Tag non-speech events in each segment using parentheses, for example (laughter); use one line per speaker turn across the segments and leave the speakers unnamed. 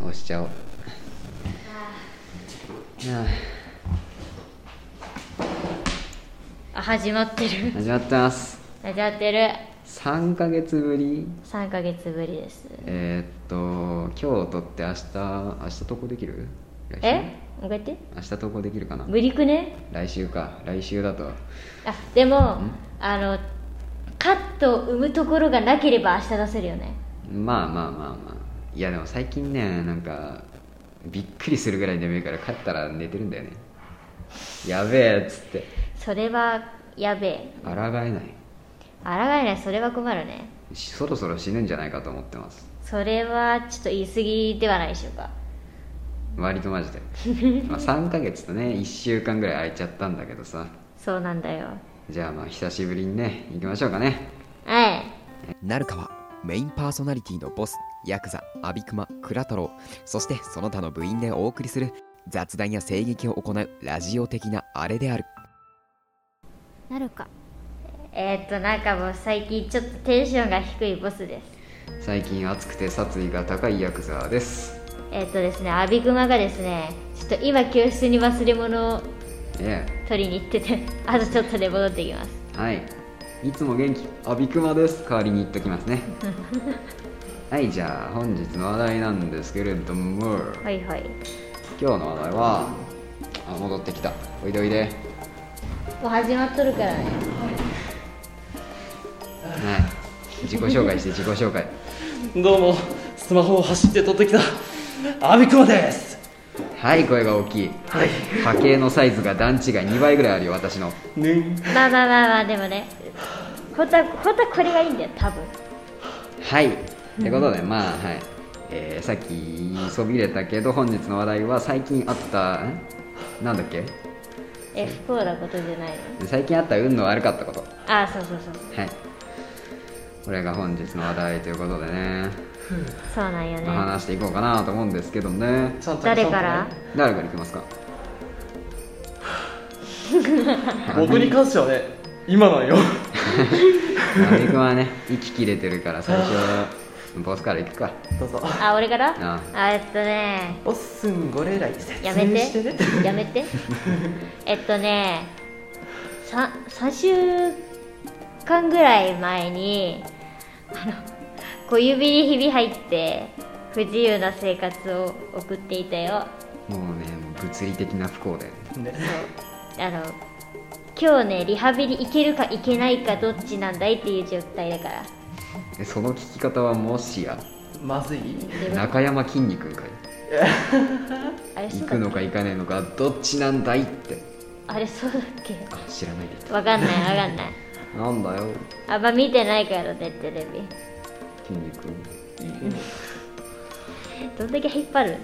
押しちゃおうあ
あ始まってる
あ始まってます
始まってる
3ヶ月ぶり
3ヶ月ぶりです
えーっと今日撮って明日明日投稿できる来週
えもう一回言って
明日投稿できるかな
無理くね
来週か来週だと
あでもあのカットを生むところがなければ明日出せるよね
まあまあまあまあいやでも最近ねなんかびっくりするぐらい眠いから帰ったら寝てるんだよねやべえっつって
それはやべえ
抗えない
あらがえないそれは困るね
しそろそろ死ぬんじゃないかと思ってます
それはちょっと言い過ぎではないでしょうか
割とマジでまあ3ヶ月とね1週間ぐらい空いちゃったんだけどさ
そうなんだよ
じゃあまあ久しぶりにね行きましょうかね
はい
なるかはメインパーソナリティのボスヤクザアビクマクラ太郎そしてその他の部員でお送りする雑談や声劇を行うラジオ的なあれである
なるか
えーっとなんかもう最近ちょっとテンションが低いボスです
最近暑くて殺意が高いヤクザです
えーっとですねアビグマがですねちょっと今教室に忘れ物を
え
取りに行って (laughs) てあとちょっとで戻ってきます
えはいいつも元気アビクマです代わりに行っときますねはいじゃあ本日の話題なんですけれども
はいはい
今日の話題はあ戻ってきたおいでおいで
もう始まっとるからね
はい自己紹介して自己紹介
どうもスマホを走って撮ってきた阿部マです
はい声が大きい
はい
波形のサイズが段違い2倍ぐらいあるよ私の
ね
まあまあまあまあでもね本当は本当はこれがいいんだよ多分
はいってことでまあはい、えーさっき言いそびれたけど本日の話題は最近あったんなんだっけ
え不幸なことじゃないの
最近あった運の悪かったことは
ああそうそうそう
いこれが本日の話題ということでね、
そうなんよね
まあ話していこうかなと思うんですけどね
ちゃんと
誰から
誰からいきますか
僕に関してはね今なんよ
阿部君はね息切れてるから最初ボスからいくか
どうぞ
あ俺から
あ
あえっとね
おっすんご礼来って説
やめ
明
て
してね
やめ
(laughs)
てえっとね 3, 3週間ぐらい前にあの小指にひび入って不自由な生活を送っていたよ
もうねもう物理的な不幸だよね
ね
あの今日ねリハビリ行けるか行けないかどっちなんだいっていう状態だから
えその聞き方はもしや
まずい
中山きんに君かい
あれ
行
そうだ
く
っ
のか
け
行かねえのかどっちなんだいって
あれそうだっけ
あ知らないで
わかんないわかんない
なんだよ
あんま見てないからねテレビ
きんに君
どんだけ引っ張る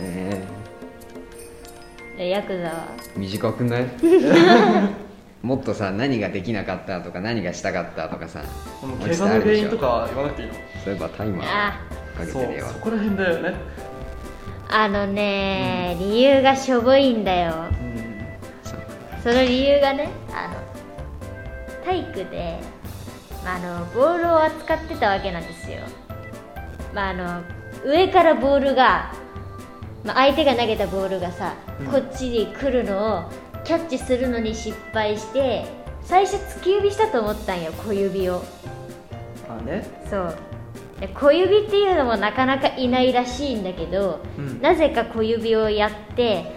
え
えヤクザは
え短くないもっとさ何ができなかったとか何がしたかったとかさ
も
も
う
う
怪
ちょっとある
我の原
でしょ
因とか言わなくていいの
そういえばタイマー
あ
かけ
そ
てねえ
う
わ
そこら辺だよね
あのね、理由がしょぼいんだよ
そう
その理由がねあの体育で、まあ、あのボールを扱ってたわけなんですよ、まあ、あの上からボールが、まあ、相手が投げたボールがさ、こっちに来るのをキャッチするのに失敗して最初突き指したと思ったんよ小指を
あね
そうで小指っていうのもなかなかいないらしいんだけど、
うん
なぜか小指をやって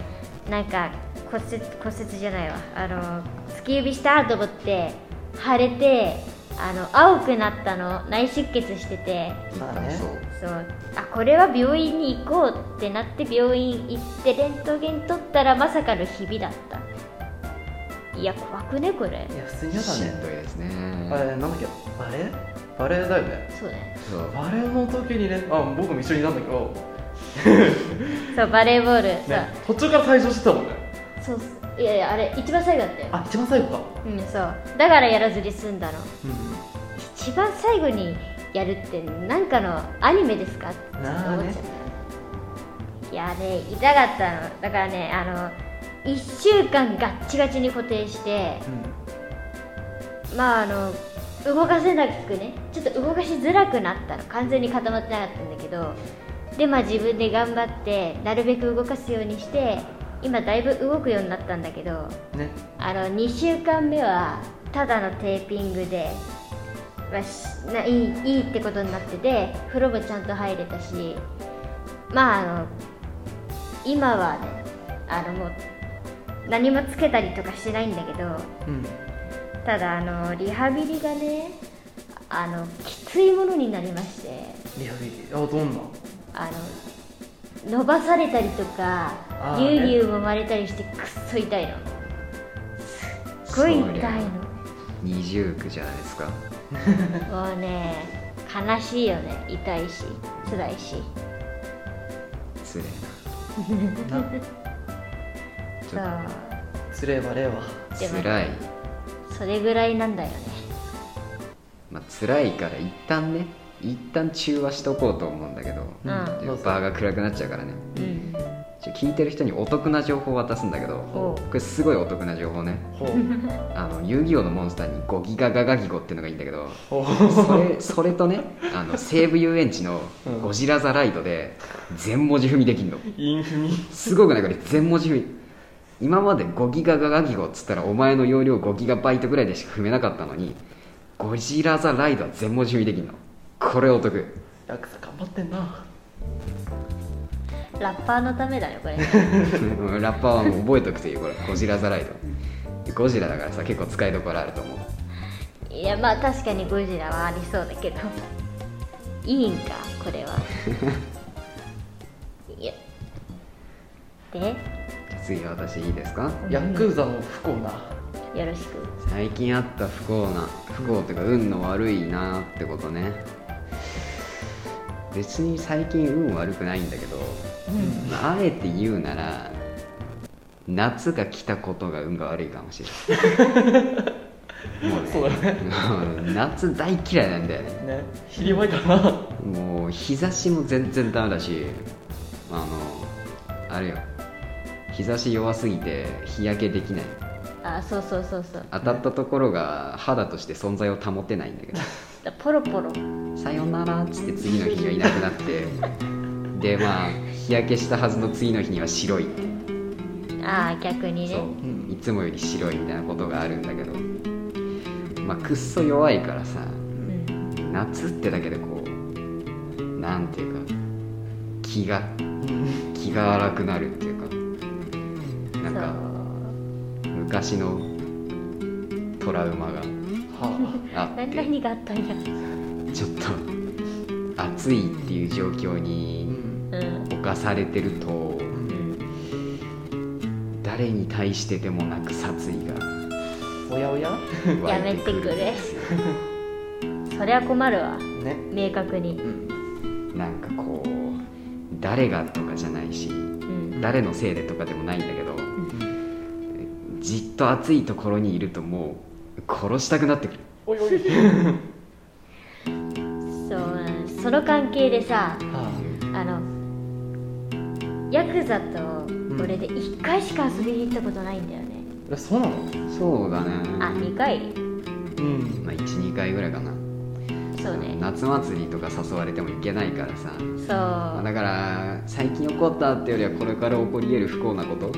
なんか骨折骨折じゃないわあの突き指したと思って腫れてあの青くなったの内出血してて
まあね
そう
そうあこれは病院に行こうってなって病院行ってレントゲン取ったらまさかのひびだったいや怖くねこれ
いや普通に嫌だ
しん
ね
どいです
あれ
ね
なんだっけバレーバレーだよね
そうだね
そう
バレーの時にねあ僕も一緒にいたんだけど
そうバレーボール、
ね途中から退場してたもんね
そうそういやいやあれ一番最後だったよ
あ一番最後か
うんそうだからやらずに済んだの
うん
一番最後にやるってなんかのアニメですかって思っち
な
ゃ
あ
った
ね
いやね痛かったのだからねあの1週間ガッチガチに固定してまああの動かせなくねちょっと動かしづらくなったの完全に固まってなかったんだけどでまあ自分で頑張ってなるべく動かすようにして今だいぶ動くようになったんだけど
ね
あの2週間目はただのテーピングで、まあしないいいいってことになってて風呂もちゃんと入れたしまああの今はねあのもう何もつけたりとかしてないんだけど
うん
ただあのリハビリがねあのきついものになりまして
リハビリあどんな
あの伸ばされたりとか
あ
ぎ
ーね
ゅうぎゅう揉まれたりしてくっそ痛いのすっごい痛いの
二重苦じゃないですか
もうね悲しいよね痛いし辛いし
つれ
な
え
そ
な
う
つればれは
ちょっと辛い
それぐらいなんだよね
まあ辛いから一旦ね一旦中和しとこうと思うんだけど、
ん
でも場が暗くなっちゃうからね
うん
ちょ聞いてる人にお得な情報を渡すんだけどこ
お
れすごいお得な情報ね
ほ (laughs) う
あの遊戯王のモンスターにゴギガガガギゴっていうのがいいんだけ (laughs) ど
ほ
それそれとねあの西武遊園地のゴジラ・ザ・ライドで全文字踏みできんの
うインフミ
すごくないこれ全文字踏み今まで5ギガガガギゴっつったらお前の容量5ギガバイトぐらいでしか踏めなかったのにゴジラ・ザ・ライドは全文字踏みできんのこれお得 (laughs)
ヤクザ頑張ってんな
ラッパーのためだよこ (laughs) れ
うんラッパーはもう覚えとくというこれゴジラ・ザ・ライドゴジラだからさ結構使いどころあると思う
いやまあ確かにゴジラはありそうだけどいいんかこ (laughs) れはいやで
じゃあ次は私いいですか
ヤクザの不幸な
よろしく
最近あった不幸な不幸というか運の悪いなってことね別に最近運悪くないんだけど、まああえて言うなら夏が来たことが運が悪いかもしれないもうね (laughs)
そうだね
もう夏大嫌いなんだよね
ねひりまいかな
もう日差しも全然ダメだしあのあれよ日差し弱すぎて日焼けできない
あそうそうそうそう
当たったところが肌として存在を保てないんだけど
だポロポロ
「さよなら」っつって次の日にはいなくなってでまあ日焼けしたはずの次の日には白いって
ああ逆にね
そう、いつもより白いみたいなことがあるんだけどまあくっそ弱いからさ
うん
夏ってだけでこうなんていうか気が気が荒くなるっていうかなん
そう
か昔のトラウマが
は
あっ
な
て。
何があったんや
ちょっと暑いっていう状況
あう
に
ん
うん
侵されてると
うん
誰に対してでもなく殺意が
おやおや
湧いん
やめて
ですよ
そりゃ困るわ
ね
明確に
うん
(laughs) なんかこう誰がとかじゃないし
うん
誰のせいでとかでもないんだけどじっと暑いところにいるともう殺したくなってくる
おいおい
そうその関係でさ
は
あのヤクザと俺で1回しか遊びに行ったことないんだよね、
あそうなの
そうだね
あ2回
うん
まあ12回ぐらいかな
そうね
夏祭りとか誘われても行けないからさ
そ
まあ
う
だから最近起こったっていうよりはこれから起こり得る不幸なこと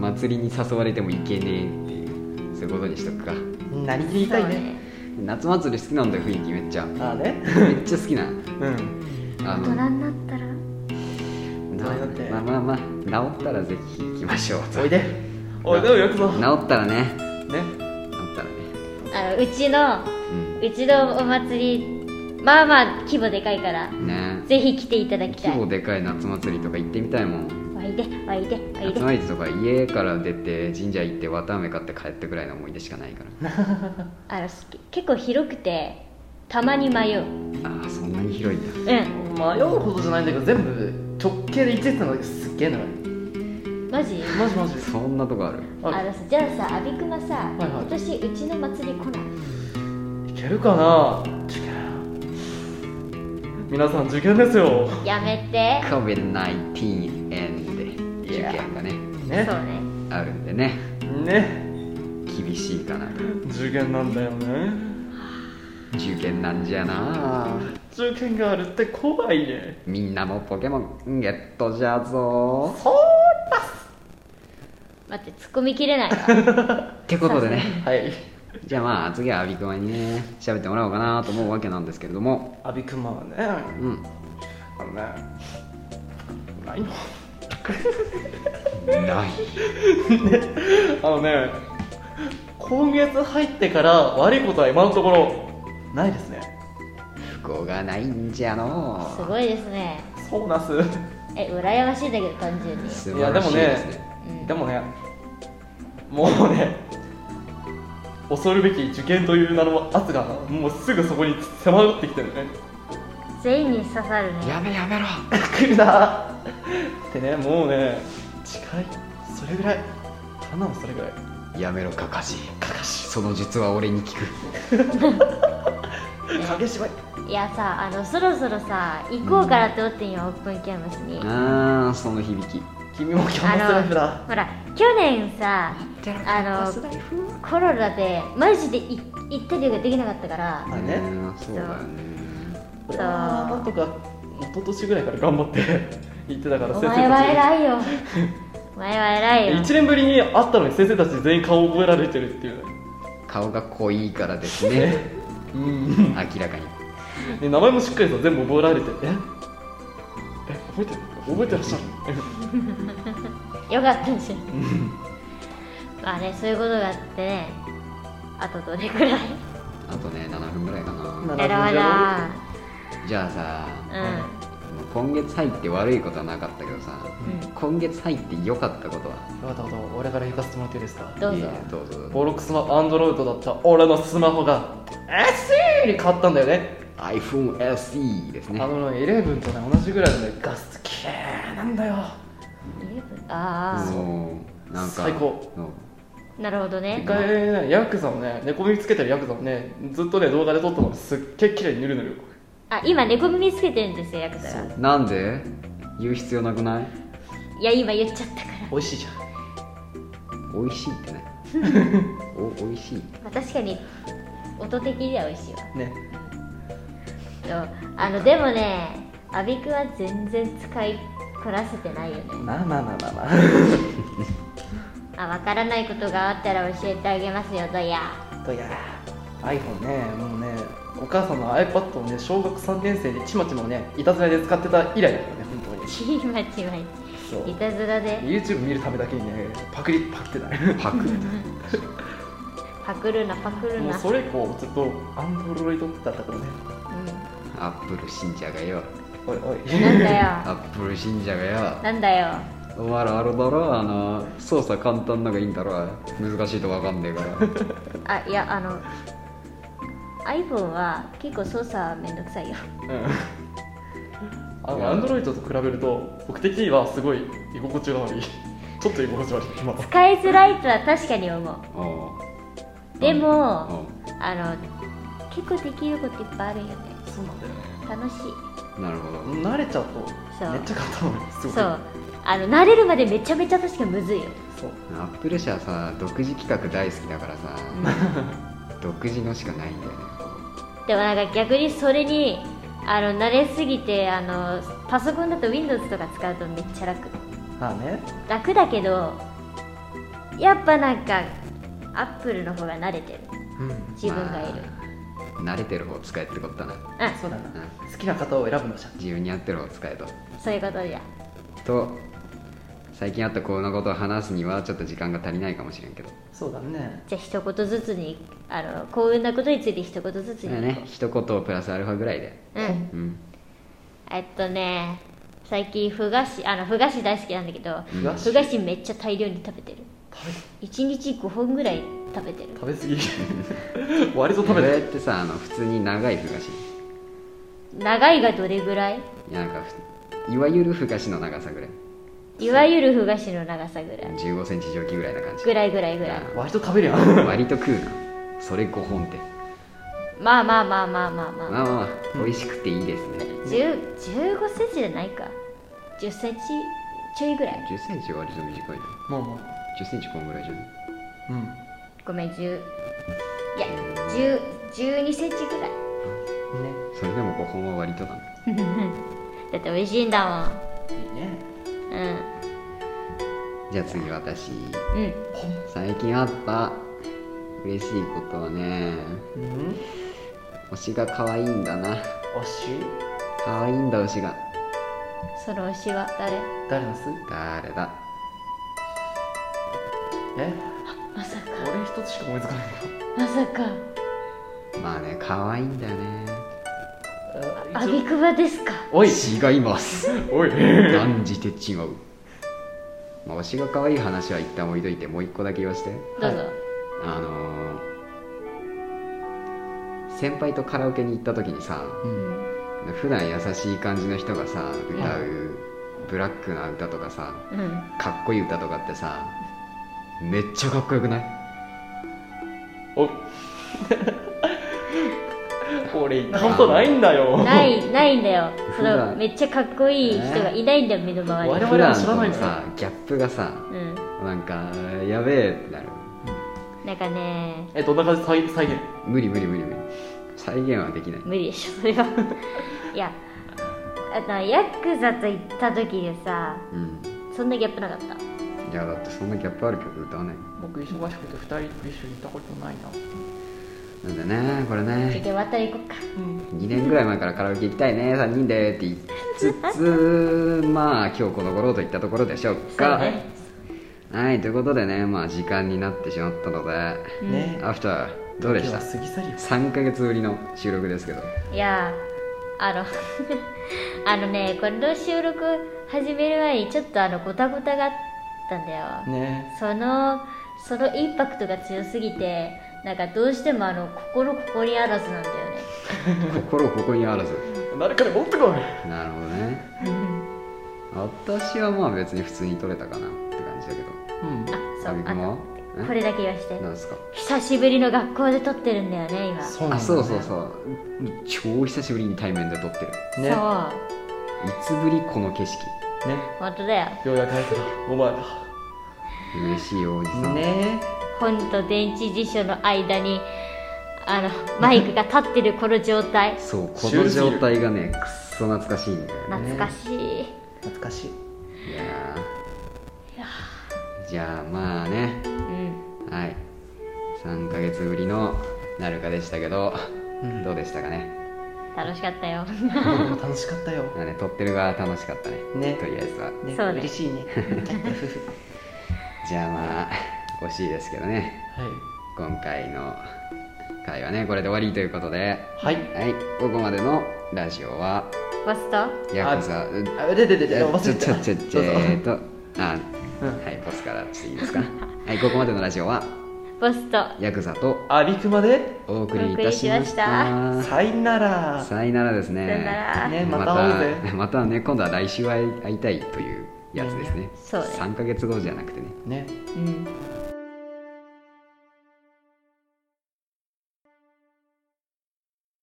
祭りに誘われても行けねえっていうそういうことにしとくか
なりきりたいね
夏祭り好きなんだよ雰囲気めっちゃ
ああね
めっちゃ好きな
うん
あの
大人になったら
な
だって
まあまあまあ治ったらぜひ行きましょうと
おいでおいでよヤクザ
治
ね
ったらね治ったらね
あのうちの
うん
うちのお祭りまあまあ規模でかいから
ね
ぜひ来ていただきた
規
い
模でかい夏祭りとか行ってみたいもん
おいでおいでおい
夏
で
祭りとか家から出て神社行って綿あめ買って帰ってくらいの思い出しかないから
あのす結構広くてたまに迷ううん
ああそんなに広いんだ
迷うほどじゃないんだけど全部直径で1ってのがすっげえのよ
マジ
マジマジ
そんなとこある
あ
あのさじゃあさ阿ビくまさ、
いはい
今年うちの祭り来ない
いけるかな受験皆さん受験ですよ
やめて
COVID-19 and 受験がね
ね
そうね
あるんでね
ね
厳しいかなと
受験なんだよね
受験なんじゃなあ
中堅があるって怖いね
みんなもポケモンゲットじゃぞ
待って突っ込みきれないわ
(laughs)
ってことでね
はい
じゃあまあ次は阿ビくんにね喋ってもらおうかなと思うわけなんですけれども
阿ビくんはね
うん
あのねないの
ない
あのね今月入ってから悪いことは今のところないですね
不幸がないんじゃの
すごいですね
そうなす
え羨ましいんだけど単純に、
素
い
晴
やで
らし
も
いですね
ね
うん、
でもねもうね恐るべき受験という名の圧がもうすぐそこに迫ってきてるね
全員に刺さるね
やめやめろ
来るなってねもうね近いそれぐらい花もそれぐらい
やめろカカシカカシその術は俺に効く
影芝居
いやさあのそろそろさ行こうかなって思ってんよ、オープンキャンバスに
あーその響き
君もキャンバスライフだ
ほら去年さあのコロナでマジでい行ったりができなかったから
まあね
うんそうだよね
俺はなんとか一昨年ぐらいから頑張って (laughs) 行ってたから
お前は
た
偉い
(laughs)
よお前は偉いよ
ち1年ぶりに会ったのに先生たち全員顔覚えられてるっていうね
顔が濃いからですね
(laughs)
うん
明らかに
で名前もしっかりと全部覚えられてええ覚えてる覚えてらっしゃる
よかったですよまあねそういうことがあってねあとどれくらい
あとね7分ぐらいかな
なるほ
じゃあさ
どうん
今月入って悪いことはなかったけどさ
うん
今月入って良かったことは
わかったわかった俺から行かせてもらっていいですか
どう
いい
ぞ
よどうぞ
ボロクスのアンドロイドだった俺のスマホが SE に変わったんだよね
iPhoneSE ですね
あのね11とね同じぐらいのね画質綺麗なんだよ
あ
もうなんか
最高
うん
あなるほど
一
ね
回ねヤクザのね猫耳つけてるヤクザもねずっとね動画で撮ったのがすっげえ綺麗にぬるぬる
あ今猫耳つけてるんですよヤクザが
なんで言う必要なくない
いや今言っちゃったから
美味しいじゃん
美味しい
(laughs)
ってねお美味しい
まあ確かに音的には美味しいわ
ね
そうあのでもね阿部君は全然使いこなせてないよね
まあまあまあまあまあ
あ分からないことがあったら教えてあげますよどや
とや iPhone ねもうねお母さんの iPad をね小学3年生でちまちまねいたずらで使ってた以来だよね本当に
ちまちま
そ
いうたずらで
YouTube 見るためだけにねパクリパクってたね
パク
パクるなパクる
もう
な
それ以降ずっとアンドロイドだったからね
う
アップル信者がよ
おいおい
ん、なんだよ
アップル信者がよ
なんだよ
お前らあれだろあの操作簡単なのがいいんだろ難しいとわかんねえから
(laughs) あいやあの iPhone は結構操作めんどくさいよ
あのアンドロイドと比べると僕的にはすごい居心地が悪いちょっと居心地悪い今
使いづらいとは確かに思う
おう
でも
おう
あの結構できることいっぱいあるよね
そうなんだよね
楽しい
なるほど
慣れちゃうと
そう
めっちゃ簡単なのよすごい
そうあの慣れるまでめちゃめちゃ確かにむずいよ
そう
アップル社はさ独自企画大好きだから
(laughs)
さ独自のしかないんだよね
でもなんか逆にそれにあの慣れすぎてあのパソコンだと Windows とか使うとめっちゃ楽
まあね
楽だけどやっぱなんか Apple の方が慣れてる
うん
自分がいる、
まあ慣れてる方使えってことだな、
そうだな
うん
好きな方を選ぶのじゃ
自分に合ってる方使えと
そういうことじゃ
と最近あったこのことを話すにはちょっと時間が足りないかもしれんけど
そうだね
じゃあ一言ずつにあの幸運なことについて一言ずつ
そ
に
れね一言プラスアルファぐらいで
うん
うん
えっとね最近ふ菓子あのふ菓子大好きなんだけど
ふ菓子
ふ菓子めっちゃ大量に食べてる
食べ
1日5本ぐらい食べてる
食べ過ぎ (laughs) 割と
こ
食べ
れ
て
ってさあの普通に長いふ菓子
長いがどれぐらい
いやなんかふいわゆるふ菓子の長さぐらい
いわゆるふ菓子の長さぐらい
1 5ンチ蒸気ぐらいな感じ
ぐらいぐらいぐらい
割と食べるやん
割と食うなそれ5本って
まあまあまあまあまあ
まあ
まあ、
まあまあ美味しくていいですね
10 15センチじゃないか10センチちょいぐらい
1 0ンチは割と短いな
まあま
1 0ンチこんぐらいじゃない
あうん
ごめん10いや10 12センチぐらい
ね
それでも5本は割とだね
(laughs) だって美味しいんだもん
いいね
うん
じゃあ次私
うん
最近あった嬉しいことはね
うん
推しが可愛いんだな
推し
可愛いんだ推しが
その推しは誰
誰のす
誰だ
え
まさか
俺一つしか思いつかない
まさか
まあね可愛いんだよね
な
あげくばですか
おい
違います
おい
断じて違う、まあ、推しが可愛い話は一旦置いといてもう一個だけ言わして
どうぞ、
は
あのー先輩とカラオケに行った時にさ
うん
普段優しい感じの人がさ歌うブラックな歌とかさ
うん
かっこいい歌とかってさめっちゃかっこよくない
お俺行ったことないんだよ
ないないんだよそ
普段
のめっちゃかっこいい人がいないんだよ身の回り
我
に
々は知らないん
普段との
だ
さギャップがさ
うん
なんかやべえってなる
なんかね
えどんな感じ再再現
無理無理無理無理再現はできない
無理でしょ
(laughs)
それはいやあのヤクザと行った時でさ
うん
そんなギャップなかった
いやだってそんなギャップある曲歌わない
僕忙しくて2人と一緒に行ったことないな
なんでねこれ
じゃあ
ね
じゃあ渡り行こうか
うん
2年ぐらい前からカラオケ行きたいね3人でって言いつつまあ今日この頃といったところでしょうか
そうね
はいということでねまあ時間になってしまったので
ね
アフターどうでし
今日
た
は過ぎ去りよ
3ヶ月ぶりの収録ですけど
いやーあの (laughs) あのねこの収録始める前にちょっとあのゴタゴタがあったんだよ、
ね
そのそのインパクトが強すぎてなんかどうしてもあの心ここにあらずなんだよね
心ここにあらず
誰かで持ってこい
なるほどね私はまあ別に普通に撮れたかなって感じだけど
うん
あそ
阿部
うあ
君は
のこれだけ言わして
なんですか
久しぶりの学校で撮ってるんだよね今
う
あ
なんだね
そうそうそう超久しぶりに対面で撮ってるい
ね
そう
つぶりこの景色
ね
本当だよ
ようやく会えたお前だ
嬉しいよおじさん、
ね
本と電池辞書の間にあのマイクが立ってるこの状態
そうこ
シュー
の
ルすぎる
状態がねくっそ懐かしいんだよね
懐かしい、
懐かし
(laughs)
い
いやーじゃあまあね
うん
はい3ヶ月ぶりのなるかでしたけど、
うん
どうでしたかね
楽しかったよ
楽しかったよ
まあね撮ってる側楽しかったね
ね
とりあえずは
ね
そうね
嬉しい
(laughs)
ね
じゃあまあ惜しいですけどね今回の回はねこれで終わりということで
はいはい
はいここまでのラジオは
ポスト
ヤクザう
あででで
ち
で
ょ
忘
ちょ
れて
ち
た
ょちょち
(laughs)
ょ
どうぞ
えーっとあ
うん
はいボスからちょっといいですかはいここまでのラジオは
ポスト
ヤクザと
あびくまで
お送りいたしまし
お
た
さいなら
さよならです
さよな
ね
ら
ねまた会おうぜ
またね今度は来週は会いたいというやつですね
そうです
3ヶ月後じゃなくてね
ね
うん